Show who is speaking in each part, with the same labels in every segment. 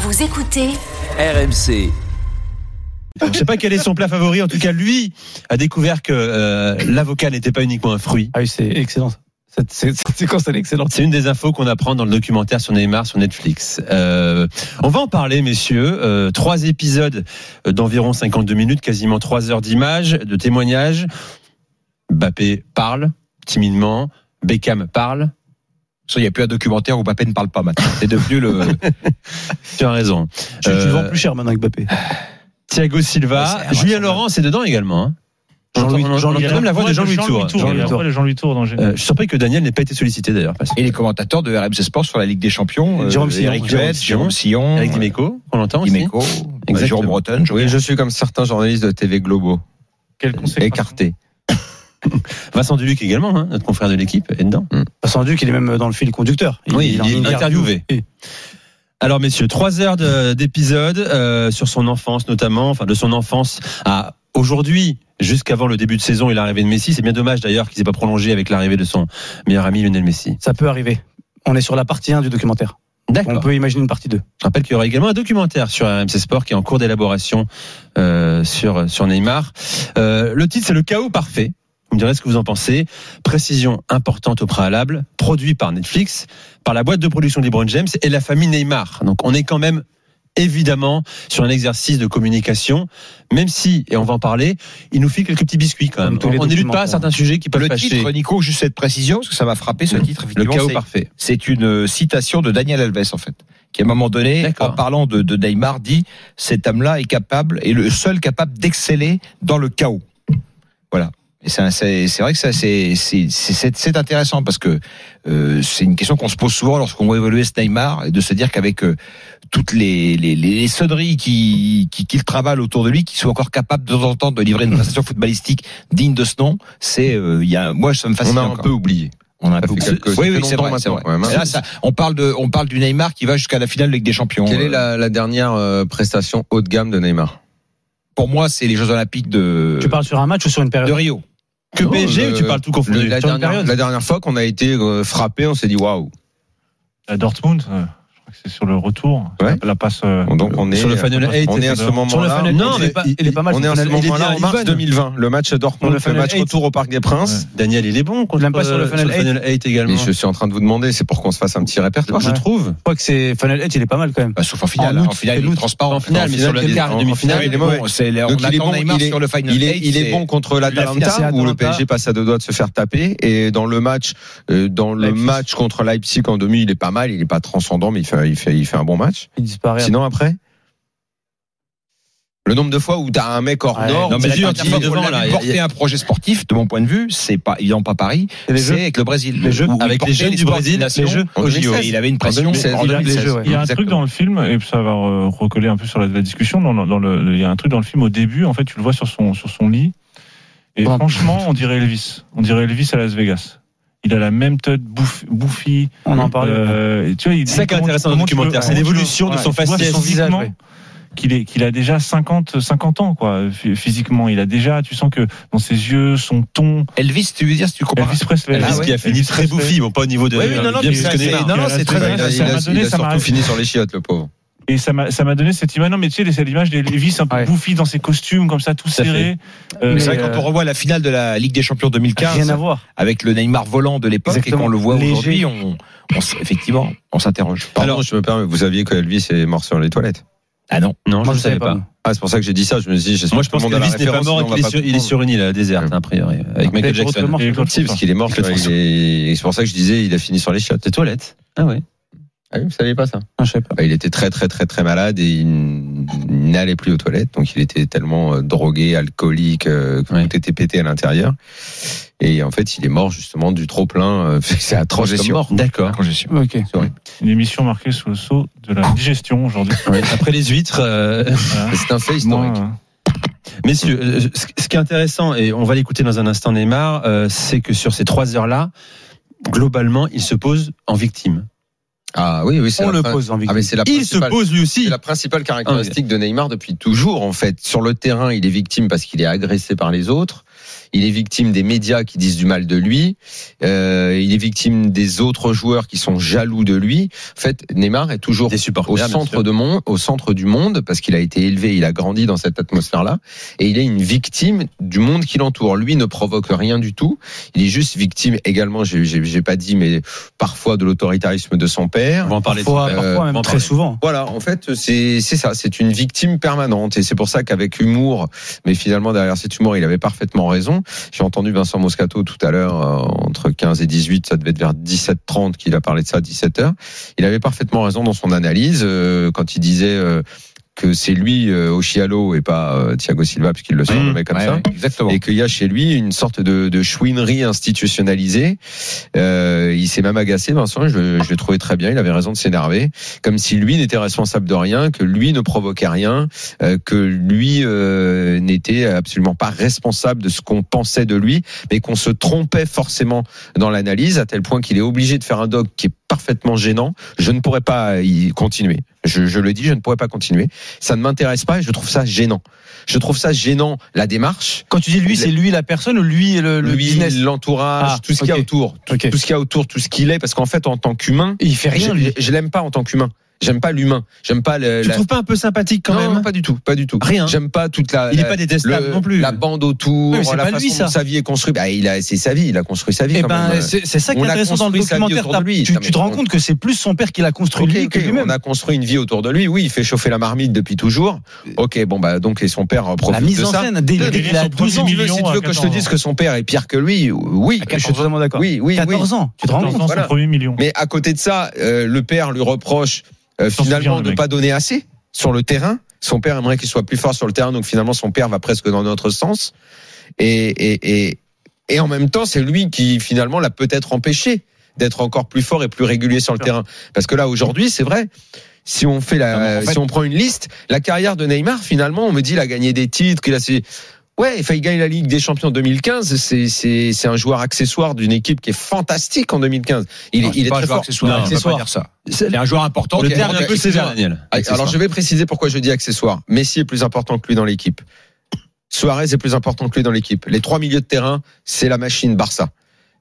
Speaker 1: Vous écoutez
Speaker 2: RMC.
Speaker 3: Alors, je sais pas quel est son plat favori. En tout cas, lui a découvert que euh, l'avocat n'était pas uniquement un fruit.
Speaker 4: Ah oui, c'est excellent. Cette, cette- cette séquence, elle est excellente.
Speaker 3: C'est une des infos qu'on apprend dans le documentaire sur Neymar sur Netflix. Euh, on va en parler, messieurs. Euh, trois épisodes d'environ 52 minutes, quasiment trois heures d'images, de témoignages. Mbappé parle timidement. Beckham parle.
Speaker 5: Il n'y a plus un documentaire où Mbappé ne parle pas maintenant. C'est devenu le.
Speaker 3: Tu as raison.
Speaker 4: Tu, tu le
Speaker 3: Euh,
Speaker 4: vends plus cher maintenant que Mbappé.
Speaker 3: Thiago Silva,
Speaker 5: Ouais, c'est-
Speaker 3: Julien Laurent, c'est dedans également. hein.
Speaker 4: Jean-Louis-
Speaker 3: On entend- on
Speaker 4: Jean-Louis-
Speaker 3: entend même la voix de Jean-Louis Tour.
Speaker 4: Jean-Louis Tour.
Speaker 6: Jean-Louis Tour danger.
Speaker 3: Euh, je suis surpris que Daniel n'ait pas été sollicité d'ailleurs. parce que-
Speaker 5: Et les commentateurs de RMC Sport sur la Ligue des Champions. euh,
Speaker 4: Jérôme Sillon,
Speaker 5: Eric
Speaker 4: Jérôme
Speaker 5: Vett,
Speaker 3: Sillon,
Speaker 5: Jérôme Sillon.
Speaker 3: Eric
Speaker 5: euh,
Speaker 3: Dimeco, on l'entend aussi.
Speaker 5: Dimeco.
Speaker 3: Exactement.
Speaker 5: euh, Jérôme Breton.
Speaker 7: Oui, je suis comme certains journalistes de TV Globo,
Speaker 6: Quel conseil
Speaker 7: écartés.
Speaker 3: Vincent Duluc également, hein, notre confrère de l'équipe, est dedans.
Speaker 4: Vincent Duc, il est même euh, dans le fil conducteur.
Speaker 3: Mm. Oui,
Speaker 4: en
Speaker 3: il est
Speaker 4: interview.
Speaker 3: interviewé.
Speaker 4: Oui.
Speaker 3: Alors messieurs, trois heures de- d'épisode euh, sur son enfance notamment, enfin de son enfance à aujourd'hui, jusqu'avant le début de saison et l'arrivée de Messi. C'est bien dommage d'ailleurs qu'il s'est pas prolongé avec l'arrivée de son meilleur ami Lionel Messi.
Speaker 4: Ça peut arriver. On est sur la partie 1 du documentaire. On
Speaker 3: D'accord.
Speaker 4: peut imaginer une partie 2.
Speaker 3: Je rappelle qu'il y aura également un documentaire sur RMC Sport qui est en cours d'élaboration euh, sur sur Neymar. Euh, le titre c'est le chaos parfait. Vous me direz ce que vous en pensez. Précision importante au préalable, produit par Netflix, par la boîte de production de LeBron James et la famille Neymar. Donc on est quand même évidemment sur un exercice de communication, même si, et on va en parler, il nous file quelques petits biscuits quand
Speaker 4: Comme
Speaker 3: même.
Speaker 4: tous les
Speaker 3: On n'élude pas
Speaker 4: documentaires.
Speaker 3: certains sujets qui peuvent
Speaker 5: Le
Speaker 3: fâcher.
Speaker 5: titre, Nico, juste cette précision, parce que ça m'a frappé ce titre.
Speaker 3: le
Speaker 5: effectivement,
Speaker 3: chaos
Speaker 5: c'est-
Speaker 3: parfait.
Speaker 5: C'est une euh, citation de Daniel Alves, en fait, qui à un moment donné,
Speaker 3: D'accord.
Speaker 5: en parlant de, de Neymar, dit Cet homme-là est capable, est le seul capable d'exceller dans le chaos. Voilà. Et c'est un- c'est c'est vrai que ça, c'est- c'est c'est- c'est- c'est intéressant parce que euh, c'est une question qu'on se pose souvent lorsqu'on voit évoluer ce Neymar et de se dire qu'avec euh, toutes les, les, les, les sonneries qui, qui, qui le travaillent autour de lui, qu'il soit encore capable de temps en temps de livrer une prestation footballistique digne de ce nom, c'est euh, il y a moi ça me fascine
Speaker 7: On a un
Speaker 5: encore.
Speaker 7: peu oublié.
Speaker 5: On a
Speaker 7: Ça fait
Speaker 5: beaucoup-
Speaker 7: quelques- ça
Speaker 5: oui,
Speaker 7: fait
Speaker 5: oui, c'est
Speaker 7: longtemps
Speaker 5: vrai, c'est
Speaker 7: maintenant,
Speaker 5: vrai.
Speaker 7: quand même, hein.
Speaker 5: Mais là, ça- on parle de, on parle du Neymar qui va jusqu'à la finale de Ligue des Champions.
Speaker 7: Quelle est
Speaker 5: Euh,
Speaker 7: la, la dernière euh, prestation haut de gamme de Neymar
Speaker 5: Pour moi, c'est les Jeux Olympiques de,
Speaker 7: Euh,
Speaker 4: Tu parles sur un match ou sur une
Speaker 5: de
Speaker 4: période
Speaker 5: Rio.
Speaker 3: Que
Speaker 7: Non,
Speaker 3: PSG
Speaker 7: le-
Speaker 3: ou tu parles tout
Speaker 7: Le-
Speaker 3: confondu
Speaker 7: la,
Speaker 3: Sur une
Speaker 7: dernière,
Speaker 3: période
Speaker 7: la dernière fois qu'on a été euh, frappé, on s'est dit waouh.
Speaker 6: À Dortmund, euh, je crois que c'est sur le retour.
Speaker 7: Ouais.
Speaker 6: La, la passe. euh,
Speaker 7: Bon, Donc on est
Speaker 3: Sur le Final Eight,
Speaker 7: on est à ce
Speaker 6: sur le
Speaker 7: moment-là.
Speaker 4: Final Eight,
Speaker 7: Non,
Speaker 4: il est
Speaker 7: mais
Speaker 4: pas-
Speaker 7: il-
Speaker 4: il est pas mal,
Speaker 7: On
Speaker 4: ce
Speaker 7: est à ce
Speaker 4: Final Eight. Il est
Speaker 7: moment-là
Speaker 4: bien
Speaker 7: en
Speaker 4: à
Speaker 7: mars
Speaker 4: Lisbonne.
Speaker 7: 2020, le match
Speaker 4: Dans
Speaker 7: Dortmund,
Speaker 4: le
Speaker 7: le,
Speaker 4: Final
Speaker 7: match
Speaker 4: Eight.
Speaker 7: retour au Parc des Princes.
Speaker 3: Daniel, il est bon contre
Speaker 4: l'aime pas sur le Final
Speaker 3: sur
Speaker 4: Eight.
Speaker 3: Eight
Speaker 7: Mais
Speaker 3: également.
Speaker 7: je suis en train de vous demander, c'est pour qu'on se fasse un petit répertoire, je
Speaker 4: Ouais.
Speaker 7: trouve.
Speaker 4: Je crois que c'est Final 8, il est pas mal quand même.
Speaker 5: Bah, sauf en finale,
Speaker 4: En
Speaker 5: hein,
Speaker 4: août,
Speaker 5: en finale,
Speaker 4: c'est
Speaker 5: il est
Speaker 4: août.
Speaker 5: transparent.
Speaker 3: En finale, mais sur le
Speaker 7: il est-
Speaker 3: quart,
Speaker 7: en- en
Speaker 3: demi-finale,
Speaker 7: finale, il est mauvais.
Speaker 5: Bon, c'est les- on
Speaker 7: Donc, il est
Speaker 5: attend
Speaker 7: bon,
Speaker 5: Neymar
Speaker 7: il est-
Speaker 5: sur le final.
Speaker 7: Il est,
Speaker 5: Eight,
Speaker 7: il est
Speaker 5: c'est-
Speaker 7: bon contre
Speaker 4: c'est
Speaker 7: l'Atalanta où
Speaker 4: Atalanta.
Speaker 7: le PSG passe à deux doigts de se faire taper et dans le match euh, dans le
Speaker 4: Leipzig.
Speaker 7: match contre Leipzig en demi il est pas mal il est pas transcendant mais il fait il fait il fait un bon match
Speaker 4: Il disparaît.
Speaker 7: sinon après le nombre de fois où t'as un mec hors
Speaker 4: Ouais,
Speaker 7: nord
Speaker 5: Non, mais
Speaker 3: C'est
Speaker 5: la
Speaker 3: dur,
Speaker 5: dernière
Speaker 3: tu
Speaker 5: fois
Speaker 3: dis
Speaker 5: qu'on
Speaker 3: devant,
Speaker 5: l'a
Speaker 3: là,
Speaker 5: vu
Speaker 3: il y a-
Speaker 5: porter un projet sportif, de mon point de vue, c'est pas, évidemment pas Paris,
Speaker 4: Et les
Speaker 5: c'est
Speaker 4: jeux-
Speaker 5: avec le Brésil.
Speaker 4: les jeux
Speaker 5: Où il
Speaker 3: avec les
Speaker 5: portait
Speaker 3: jeunes
Speaker 5: une
Speaker 3: du
Speaker 5: sorte de
Speaker 3: Brésil,
Speaker 5: nation.
Speaker 3: les jeux
Speaker 5: En
Speaker 7: au
Speaker 5: 2016,
Speaker 7: JO.
Speaker 5: Il avait une pression.
Speaker 7: En 2016,
Speaker 5: en
Speaker 4: il a- les
Speaker 5: 2016.
Speaker 4: jeux, ouais.
Speaker 6: Il y a un
Speaker 7: Exactement.
Speaker 6: truc dans le film, et ça va euh, recoller un peu sur la, la discussion. Dans, le- dans le, il y a un truc dans le film au début, en fait, tu le vois sur son, sur son lit. Et
Speaker 4: Bon.
Speaker 6: franchement, on dirait Elvis. On dirait Elvis à Las Vegas. Il a la même tête bouffi- bouffie.
Speaker 4: On en parle.
Speaker 6: euh, et tu vois, il-
Speaker 3: C'est ça qui est
Speaker 6: comment-
Speaker 3: intéressant dans le
Speaker 6: comment tu le-
Speaker 3: documentaire, c'est
Speaker 6: comment tu le-
Speaker 3: l'évolution de
Speaker 6: ouais,
Speaker 3: son
Speaker 6: tu vois
Speaker 3: faciès.
Speaker 6: son
Speaker 4: Visage,
Speaker 6: visage,
Speaker 4: ouais.
Speaker 6: qu'il est qu'il a déjà 50 50 ans quoi phy- physiquement il a déjà tu sens que dans ses yeux son ton
Speaker 5: Elvis, tu veux dire, si tu compares.
Speaker 6: Elvis Presley
Speaker 3: Elvis
Speaker 6: Ah ouais.
Speaker 3: qui a fini
Speaker 6: Elvis
Speaker 3: très
Speaker 6: Presley.
Speaker 3: bouffi, bon pas au niveau de
Speaker 5: Oui, oui, non, non,
Speaker 3: bien
Speaker 5: mais
Speaker 3: plus
Speaker 5: ça,
Speaker 3: que Neymar.
Speaker 5: c'est- non, non,
Speaker 6: Il a
Speaker 5: c'est très
Speaker 6: la-
Speaker 7: il a, il a-
Speaker 6: Ça m'a donné-
Speaker 7: il a
Speaker 6: ça m'a-
Speaker 7: surtout fini sur les chiottes le pauvre
Speaker 6: et ça m'a ça m'a donné cette image non mais tu sais c'est l'image des Elvis un peu
Speaker 4: Ouais.
Speaker 6: bouffi dans ses costumes comme ça tout
Speaker 3: Ça
Speaker 6: serré Euh,
Speaker 5: C'est vrai,
Speaker 4: Mais,
Speaker 5: quand
Speaker 4: euh,
Speaker 5: on revoit la finale de la Ligue des Champions 2015.
Speaker 4: Rien à voir.
Speaker 5: avec le Neymar volant de l'époque et
Speaker 4: Exactement.
Speaker 5: qu'on le voit
Speaker 4: Léger.
Speaker 5: aujourd'hui, on, on s- effectivement, on s'interroge.
Speaker 7: pardon je me permets vous saviez que Elvis est mort sur les toilettes
Speaker 5: Ah non.
Speaker 3: Non, je
Speaker 4: Moi,
Speaker 3: ne savais pas.
Speaker 7: ah c'est pour ça que j'ai dit ça je me suis dit j'espère
Speaker 3: Moi je
Speaker 7: que tout
Speaker 3: pense
Speaker 7: le
Speaker 3: que
Speaker 7: monde a la
Speaker 3: Elvis n'est pas
Speaker 7: référence,
Speaker 3: mort et
Speaker 7: sinon on
Speaker 3: qu'il
Speaker 7: va
Speaker 3: est sur-
Speaker 7: pas
Speaker 3: il est
Speaker 7: comprendre.
Speaker 3: sur une île déserte a priori avec Michael
Speaker 4: Peut-être
Speaker 3: Jackson.
Speaker 4: autrement.
Speaker 6: et
Speaker 7: Si, parce qu'il est mort
Speaker 3: Claude
Speaker 7: il est- c'est pour ça que je disais il a fini sur les chiottes
Speaker 3: Des toilettes. Ah ouais. Ah oui, vous saviez pas ça
Speaker 4: Ah, je sais pas.
Speaker 3: Bah, Il était très très très très malade et il n- n'allait plus aux toilettes, donc il était tellement euh, drogué, alcoolique, euh, que
Speaker 7: Ouais.
Speaker 3: tout était pété à l'intérieur. Et en fait, il est mort justement du trop plein. euh, C'est atroce comme
Speaker 5: Congestion.
Speaker 3: mort.
Speaker 7: D'accord.
Speaker 5: Congestion.
Speaker 4: Ok.
Speaker 6: Une émission marquée sous le sceau de la digestion aujourd'hui.
Speaker 7: Ouais, Après les huîtres, euh,
Speaker 6: Voilà.
Speaker 3: C'est un fait historique.
Speaker 6: Moi, euh,
Speaker 7: messieurs, euh, ce ce qui est intéressant et on va l'écouter dans un instant Neymar, euh, c'est que sur ces trois heures-là, globalement, il se pose en victime.
Speaker 3: Ah oui, oui, c'est
Speaker 4: On
Speaker 3: la
Speaker 4: le
Speaker 3: fin-
Speaker 4: pose en
Speaker 3: Ah,
Speaker 4: victime.
Speaker 3: mais c'est la
Speaker 7: Il se
Speaker 3: principale-
Speaker 7: pose lui aussi.
Speaker 3: C'est la principale
Speaker 6: Ah
Speaker 3: caractéristique de Neymar depuis toujours, en fait. Sur le terrain, il est victime parce qu'il est agressé par les autres. Il est victime des médias qui disent du mal de lui. Euh, il est victime des autres joueurs qui sont jaloux de lui. En fait, Neymar est toujours
Speaker 7: Des
Speaker 3: au
Speaker 7: supporters. bien sûr.
Speaker 3: centre, de mon- au centre du monde parce qu'il a été élevé, il a grandi dans cette atmosphère-là. Et il est une victime du monde qui l'entoure. Lui ne provoque rien du tout. Il est juste victime également, j'ai- j'ai j'ai pas dit, mais parfois de l'autoritarisme de son père. euh,
Speaker 7: On va en parler. tout à
Speaker 4: Parfois,
Speaker 7: l'heure.
Speaker 4: parfois,
Speaker 7: on va en
Speaker 4: même très
Speaker 7: parler.
Speaker 4: souvent.
Speaker 3: Voilà, en fait, c'est c'est ça, c'est une victime permanente. Et c'est pour ça qu'avec humour, mais finalement derrière cet humour, il avait parfaitement raison. J'ai entendu Vincent Moscato tout à l'heure, euh, entre 15 et 18, ça devait être vers 17h30 qu'il a parlé de ça, 17h. Il avait parfaitement raison dans son analyse euh, quand il disait... euh, que c'est lui, euh, Oshialo, et pas euh, Thiago Silva, puisqu'il le surnommait comme
Speaker 5: Mmh. Ouais,
Speaker 3: ça
Speaker 5: ouais, exactement.
Speaker 3: et qu'il y a chez lui une sorte de, de chouinerie institutionnalisée. Euh, il s'est même agacé, Vincent, je, je l'ai trouvé très bien, il avait raison de s'énerver, comme si lui n'était responsable de rien, que lui ne provoquait rien, euh, que lui euh, n'était absolument pas responsable de ce qu'on pensait de lui, mais qu'on se trompait forcément dans l'analyse, à tel point qu'il est obligé de faire un doc qui est parfaitement gênant. Je ne pourrais pas y continuer. Je, je le dis, je ne pourrais pas continuer. Ça ne m'intéresse pas et je trouve ça gênant. Je trouve ça gênant la démarche,
Speaker 4: Quand tu dis lui, c'est lui la personne ou lui le, le
Speaker 3: lui,
Speaker 4: business
Speaker 3: l'entourage,
Speaker 4: Ah,
Speaker 3: tout ce qu'il y
Speaker 4: ok.
Speaker 3: a autour,
Speaker 4: Ok.
Speaker 3: tout ce qu'il y a autour, tout ce qu'il est, parce qu'en fait, en tant qu'humain,
Speaker 4: Il fait
Speaker 3: je,
Speaker 4: rien, lui.
Speaker 3: je- je l'aime pas en tant qu'humain. J'aime pas l'humain. J'aime pas le.
Speaker 7: Tu
Speaker 3: la-
Speaker 7: le trouves pas un peu sympathique quand
Speaker 3: non,
Speaker 4: hein
Speaker 7: même
Speaker 3: pas du tout, pas du tout.
Speaker 7: Rien.
Speaker 3: J'aime pas toute la.
Speaker 7: Il est
Speaker 3: la-
Speaker 7: pas détestable
Speaker 3: le-
Speaker 7: non plus.
Speaker 3: La bande autour,
Speaker 4: Oui, mais c'est
Speaker 3: la
Speaker 4: pas
Speaker 3: façon
Speaker 4: lui, ça.
Speaker 3: dont sa vie est construite. Bah, il a, c'est sa vie. Il a construit sa vie.
Speaker 4: Eh
Speaker 3: quand
Speaker 4: ben,
Speaker 3: hein, même. euh,
Speaker 4: c'est c'est ça qui
Speaker 3: on
Speaker 4: est
Speaker 3: l'a
Speaker 4: intéressant dans le
Speaker 3: construit sa vie
Speaker 4: documentaire.
Speaker 3: autour de lui.
Speaker 4: Tu,
Speaker 3: Non,
Speaker 4: tu
Speaker 3: mais
Speaker 4: te rends
Speaker 3: on-
Speaker 4: compte que c'est plus son père qui l'a construit
Speaker 3: Ok,
Speaker 4: lui
Speaker 3: ok,
Speaker 4: que
Speaker 3: on
Speaker 4: lui-même.
Speaker 3: a construit une vie autour de lui. Oui, il fait chauffer la marmite depuis toujours. Ok, bon bah donc et son père
Speaker 4: Euh, La
Speaker 3: profite
Speaker 4: mise
Speaker 3: de
Speaker 4: en
Speaker 3: ça.
Speaker 4: scène dès, dès
Speaker 6: il est
Speaker 4: qu'il a
Speaker 6: son
Speaker 4: 12 ans.
Speaker 6: premier
Speaker 3: Si tu veux, si tu
Speaker 6: million à
Speaker 3: veux que je te
Speaker 6: 14
Speaker 3: dise que son père est pire que lui, oui,
Speaker 4: Je suis totalement d'accord.
Speaker 3: oui, oui, oui.
Speaker 4: 14 ans, tu te rends
Speaker 6: dans
Speaker 4: compte
Speaker 6: son
Speaker 3: Voilà.
Speaker 6: premier million.
Speaker 3: Mais à côté de ça, euh, le père lui reproche euh,
Speaker 6: S'en
Speaker 3: finalement
Speaker 6: souvient, le
Speaker 3: de ne
Speaker 6: mec.
Speaker 3: pas donner assez sur le terrain. Son père aimerait qu'il soit plus fort sur le terrain, donc finalement son père va presque dans notre sens. Et, et, et, et en même temps, c'est lui qui finalement l'a peut-être empêché d'être encore plus fort et plus régulier sur le terrain. Parce que là, aujourd'hui, c'est vrai. Si on fait la,
Speaker 5: Non, mais en fait-
Speaker 3: si on prend une liste, la carrière de Neymar, finalement, on me dit, il a gagné des titres, qu'il a, ses- ouais, enfin, il gagne la Ligue des Champions en 2015. C'est, c'est, c'est un joueur accessoire d'une équipe qui est fantastique en 2015. Il, est-
Speaker 5: Non,
Speaker 3: il est
Speaker 5: pas un
Speaker 3: très
Speaker 5: joueur
Speaker 3: fort.
Speaker 5: accessoire,
Speaker 7: Non,
Speaker 5: on peut
Speaker 7: accessoire.
Speaker 5: pas dire ça.
Speaker 7: C'est-
Speaker 5: Il est un joueur important.
Speaker 7: Le
Speaker 5: qui est
Speaker 7: terme est un peu sévère,
Speaker 5: accessoire.
Speaker 7: Daniel.
Speaker 3: Ah, Alors je vais préciser pourquoi je dis accessoire. Messi est plus important que lui dans l'équipe. Suarez est plus important que lui dans l'équipe. Les trois milieux de terrain, c'est la machine Barça.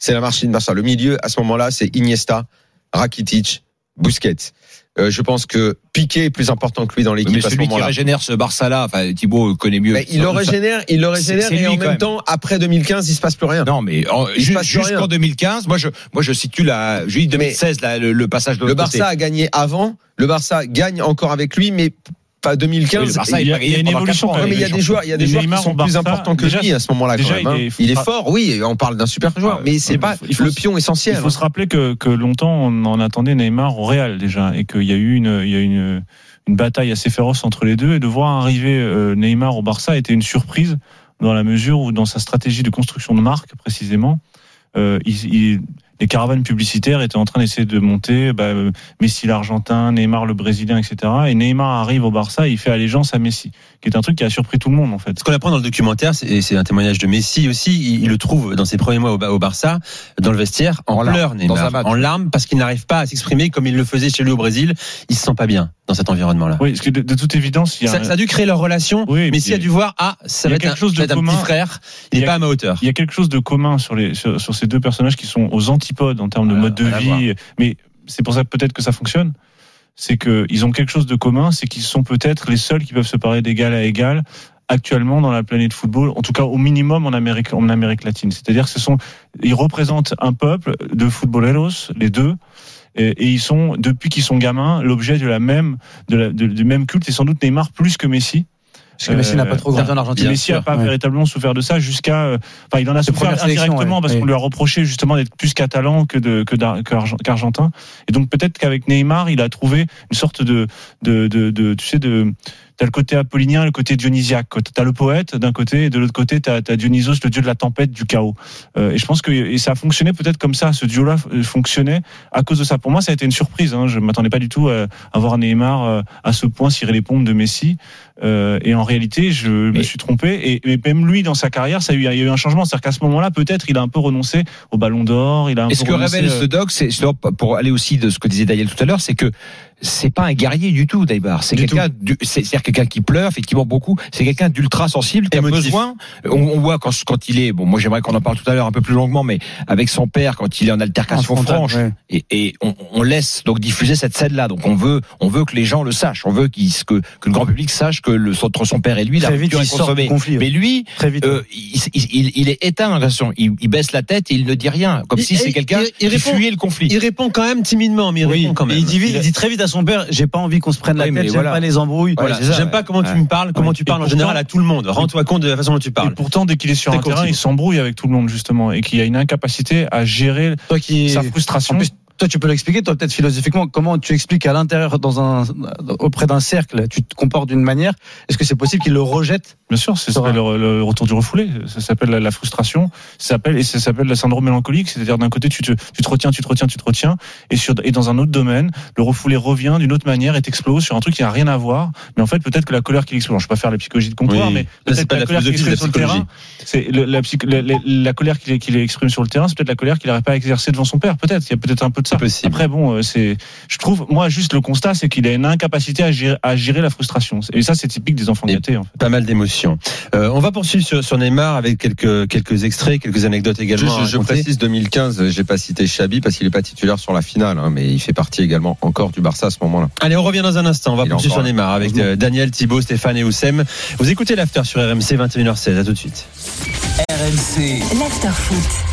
Speaker 3: C'est la machine Barça. Le milieu, à ce moment-là, c'est Iniesta, Rakitic, Busquets. Euh, je pense que Piqué est plus important que lui dans l'équipe
Speaker 5: Mais
Speaker 3: à ce
Speaker 5: celui qui
Speaker 3: moment-là.
Speaker 5: régénère ce Barça-là, enfin, Thibaut connaît mieux.
Speaker 3: Mais il le régénère, il le régénère
Speaker 5: c'est
Speaker 3: et
Speaker 5: lui,
Speaker 3: en
Speaker 5: quand
Speaker 3: même,
Speaker 5: même.
Speaker 3: temps, après 2015, il se passe plus rien.
Speaker 5: Non, mais en-
Speaker 3: Il se
Speaker 5: ju-
Speaker 3: passe plus rien.
Speaker 5: jusqu'en 2015, moi je, moi je situe
Speaker 6: Bah,
Speaker 5: la, je dis 2016, la- le, le passage de
Speaker 3: le
Speaker 5: l'autre côté.
Speaker 3: Barça a gagné avant, le Barça gagne encore avec lui, mais pas
Speaker 5: Oui,
Speaker 3: 2015.
Speaker 5: le Barça,
Speaker 6: il y a-
Speaker 5: il,
Speaker 6: il y a une évolution,
Speaker 3: Ouais, mais il y a des joueurs, il y a des
Speaker 6: Mais
Speaker 3: joueurs qui
Speaker 6: Neymar
Speaker 3: sont
Speaker 6: au
Speaker 3: plus
Speaker 6: Barça,
Speaker 3: importants que
Speaker 6: déjà-
Speaker 3: lui à ce moment-là. Quand
Speaker 6: déjà,
Speaker 3: même, hein.
Speaker 6: il
Speaker 3: il,
Speaker 6: est-
Speaker 3: est, fort, oui. On parle d'un super joueur,
Speaker 5: Ah,
Speaker 3: mais c'est
Speaker 6: il
Speaker 3: pas
Speaker 6: faut- il faut-
Speaker 3: le pion essentiel.
Speaker 6: Il faut se
Speaker 3: hein.
Speaker 6: rappeler que, que longtemps on en attendait Neymar au Real déjà et qu'il y a eu une, il y a eu une, une bataille assez féroce entre les deux et de voir arriver euh, Neymar au Barça était une surprise dans la mesure où dans sa stratégie de construction de marque précisément, euh, il- il- les caravanes publicitaires étaient en train d'essayer de monter bah, euh, Messi l'Argentin, Neymar le Brésilien, etc. Et Neymar arrive au Barça et il fait allégeance à Messi, qui est un truc qui a surpris tout le monde en fait.
Speaker 7: Ce qu'on apprend dans le documentaire, c'est- et c'est un témoignage de Messi aussi, il, il le trouve dans ses premiers mois au, Ba- au Barça, dans le vestiaire, en,
Speaker 5: En larmes,
Speaker 7: pleurs, Neymar,
Speaker 5: dans un match.
Speaker 7: en larmes, parce qu'il n'arrive pas à s'exprimer comme il le faisait chez lui au Brésil. Il se sent pas bien dans cet environnement-là.
Speaker 6: Oui, parce que de, de toute évidence, il y a,
Speaker 7: Ça, ça a dû créer leur relation.
Speaker 6: Oui, et
Speaker 7: Messi
Speaker 6: puis-
Speaker 7: a dû voir, ah, ça
Speaker 6: il y
Speaker 7: va
Speaker 6: a
Speaker 7: être un,
Speaker 6: quelque chose
Speaker 7: ça va
Speaker 6: de
Speaker 7: être un petit
Speaker 6: commun.
Speaker 7: frère, il
Speaker 6: Il y
Speaker 7: n'est
Speaker 6: a-
Speaker 7: pas à ma hauteur.
Speaker 6: Il y a quelque chose de commun sur, les, sur, sur ces deux personnages qui sont aux antipodes en termes de
Speaker 7: Voilà,
Speaker 6: mode de
Speaker 7: rien à
Speaker 6: vie, mais c'est pour ça peut-être que ça fonctionne. C'est qu'ils ont quelque chose de commun, c'est qu'ils sont peut-être les seuls qui peuvent se parler d'égal à égal actuellement dans la planète football, en tout cas au minimum en Amérique, en Amérique latine. C'est-à-dire que ce sont, ils représentent un peuple de footballeros, les deux, et, et ils sont, depuis qu'ils sont gamins, l'objet de la même, de la, de- du même culte, et sans doute Neymar plus que Messi.
Speaker 4: Parce que Messi n'a pas trop grandi en Argentine.
Speaker 6: Messi n'a pas
Speaker 4: Ouais.
Speaker 6: véritablement souffert de ça jusqu'à. euh, Enfin, il en a souffert
Speaker 4: première sélection,
Speaker 6: indirectement
Speaker 4: ouais.
Speaker 6: parce
Speaker 4: Ouais.
Speaker 6: qu'on lui a reproché justement d'être plus catalan que de que d'ar- que argen- qu'argentin. Et donc peut-être qu'avec Neymar, il a trouvé une sorte de de de, de- tu sais de T'as le côté apollinien, le côté dionysiaque. quoi. T'as le poète d'un côté, et de l'autre côté, t'as as Dionysos, le dieu de la tempête, du chaos. Euh, et je pense que et ça a fonctionné peut-être comme ça. Ce duo-là euh, fonctionnait à cause de ça. Pour moi, ça a été une surprise. Hein. Je m'attendais pas du tout à, à voir Neymar euh, à ce point cirer les pompes de Messi. Euh, et en réalité, je me
Speaker 5: Mais-
Speaker 6: suis trompé. Et, et même lui, dans sa carrière, ça a eu, il y a eu un changement. C'est-à-dire qu'à ce moment-là, peut-être, il a un peu renoncé au Ballon d'Or. Il a un
Speaker 5: Et ce que
Speaker 6: peu renoncé,
Speaker 5: révèle
Speaker 6: euh,
Speaker 5: ce doc, c'est c'est- pour aller aussi de ce que disait Daniel tout à l'heure, c'est que c'est pas un guerrier du tout, Daibar. C'est quelqu'un, du- c'est- c'est-à-dire quelqu'un qui pleure effectivement beaucoup. C'est quelqu'un d'ultra sensible qui a
Speaker 7: Émotif.
Speaker 5: besoin. On, on voit quand quand il est, bon, moi j'aimerais qu'on en parle tout à l'heure un peu plus longuement, mais avec son père quand il est en altercation franche, et, et on, on laisse donc diffuser cette scène-là. Donc on veut, on veut que les gens le sachent. On veut qu'il- que que le grand public sache que le, entre son père et lui, la
Speaker 4: Très vite,
Speaker 5: rupture
Speaker 4: il
Speaker 5: est
Speaker 4: sort du
Speaker 5: consommée.
Speaker 4: conflit.
Speaker 5: Mais lui,
Speaker 4: Très vite.
Speaker 5: euh, il, il- il- il est éteint dans la relation. Il, il baisse la tête et il ne dit rien, comme
Speaker 7: Il-
Speaker 5: si c'est
Speaker 7: il-
Speaker 5: quelqu'un
Speaker 7: il-
Speaker 5: qui
Speaker 7: il répond-
Speaker 5: fuyait le conflit.
Speaker 7: Il répond quand même timidement, mais il
Speaker 4: Oui,
Speaker 7: répond quand
Speaker 4: mais
Speaker 7: même.
Speaker 4: il, dit, vite- il dit très vite à son père j'ai pas envie qu'on se prenne la
Speaker 5: Oui, mais
Speaker 4: tête, j'aime
Speaker 5: voilà.
Speaker 4: pas les embrouilles.
Speaker 5: Voilà,
Speaker 4: Voilà.
Speaker 5: c'est ça,
Speaker 7: J'aime
Speaker 5: ouais.
Speaker 7: pas comment tu me parles, comment
Speaker 6: Ouais.
Speaker 7: tu parles
Speaker 6: Et
Speaker 7: en général
Speaker 6: pourtant-
Speaker 7: à tout le monde. Rends-toi compte de la façon dont tu
Speaker 6: Et
Speaker 7: parles.
Speaker 6: pourtant, dès qu'il est sur
Speaker 7: T'es
Speaker 6: un terrain,
Speaker 7: continu.
Speaker 6: il s'embrouille avec tout le monde justement, et qu'il y a une incapacité à gérer
Speaker 4: Toi qui
Speaker 6: sa frustration.
Speaker 4: en plus, Toi, tu peux l'expliquer, toi, peut-être philosophiquement, comment tu expliques à l'intérieur, dans un, auprès d'un cercle, tu te comportes d'une manière. Est-ce que c'est possible qu'il le rejette
Speaker 6: Bien sûr, ça
Speaker 4: Ça
Speaker 6: s'appelle le, le retour du refoulé, ça s'appelle la, la frustration, ça s'appelle et ça s'appelle le syndrome mélancolique, c'est-à-dire d'un côté tu te, tu te retiens, tu te retiens, tu te retiens, et sur et dans un autre domaine, le refoulé revient d'une autre manière et t'explose sur un truc qui n'a rien à voir, mais en fait peut-être que la colère qui l'explose, je vais pas faire les psychologies de comptoir,
Speaker 7: Oui.
Speaker 6: mais
Speaker 7: Là,
Speaker 6: peut-être
Speaker 7: c'est
Speaker 6: que
Speaker 7: pas
Speaker 6: la,
Speaker 7: de la
Speaker 6: colère qui
Speaker 7: philosophie, c'est de la
Speaker 6: l'exprime sur le terrain, c'est le- la, psych- la, la- la colère qu'il qu'il exprime sur le terrain, c'est peut-être la colère qu'il n'aurait pas exercée devant son père, peut-être, il y a peut-être un peu de ça.
Speaker 7: C'est possible.
Speaker 6: Après bon, euh, c'est je trouve moi juste le constat c'est qu'il a une incapacité à gérer, à gérer la frustration, et ça c'est typique des enfants
Speaker 7: Et-
Speaker 6: gâtés. hein. en fait.
Speaker 7: Pas mal d'émotions. Euh, on va poursuivre sur, sur Neymar avec quelques quelques extraits, quelques anecdotes
Speaker 3: Je,
Speaker 7: également. à
Speaker 3: je- je
Speaker 7: raconter.
Speaker 3: précise 2015, j'ai pas cité Chabi parce qu'il est pas titulaire sur la finale, hein, mais il fait partie également encore du Barça à ce moment-là.
Speaker 7: Allez, on revient dans un instant. On va
Speaker 3: Il est
Speaker 7: poursuivre sur
Speaker 3: encore là.
Speaker 7: Neymar avec euh, Daniel, Thibaut, Stéphane et Oussem. Vous écoutez l'after sur RMC 21h16. À tout de suite.
Speaker 8: RMC,
Speaker 1: l'afterfoot.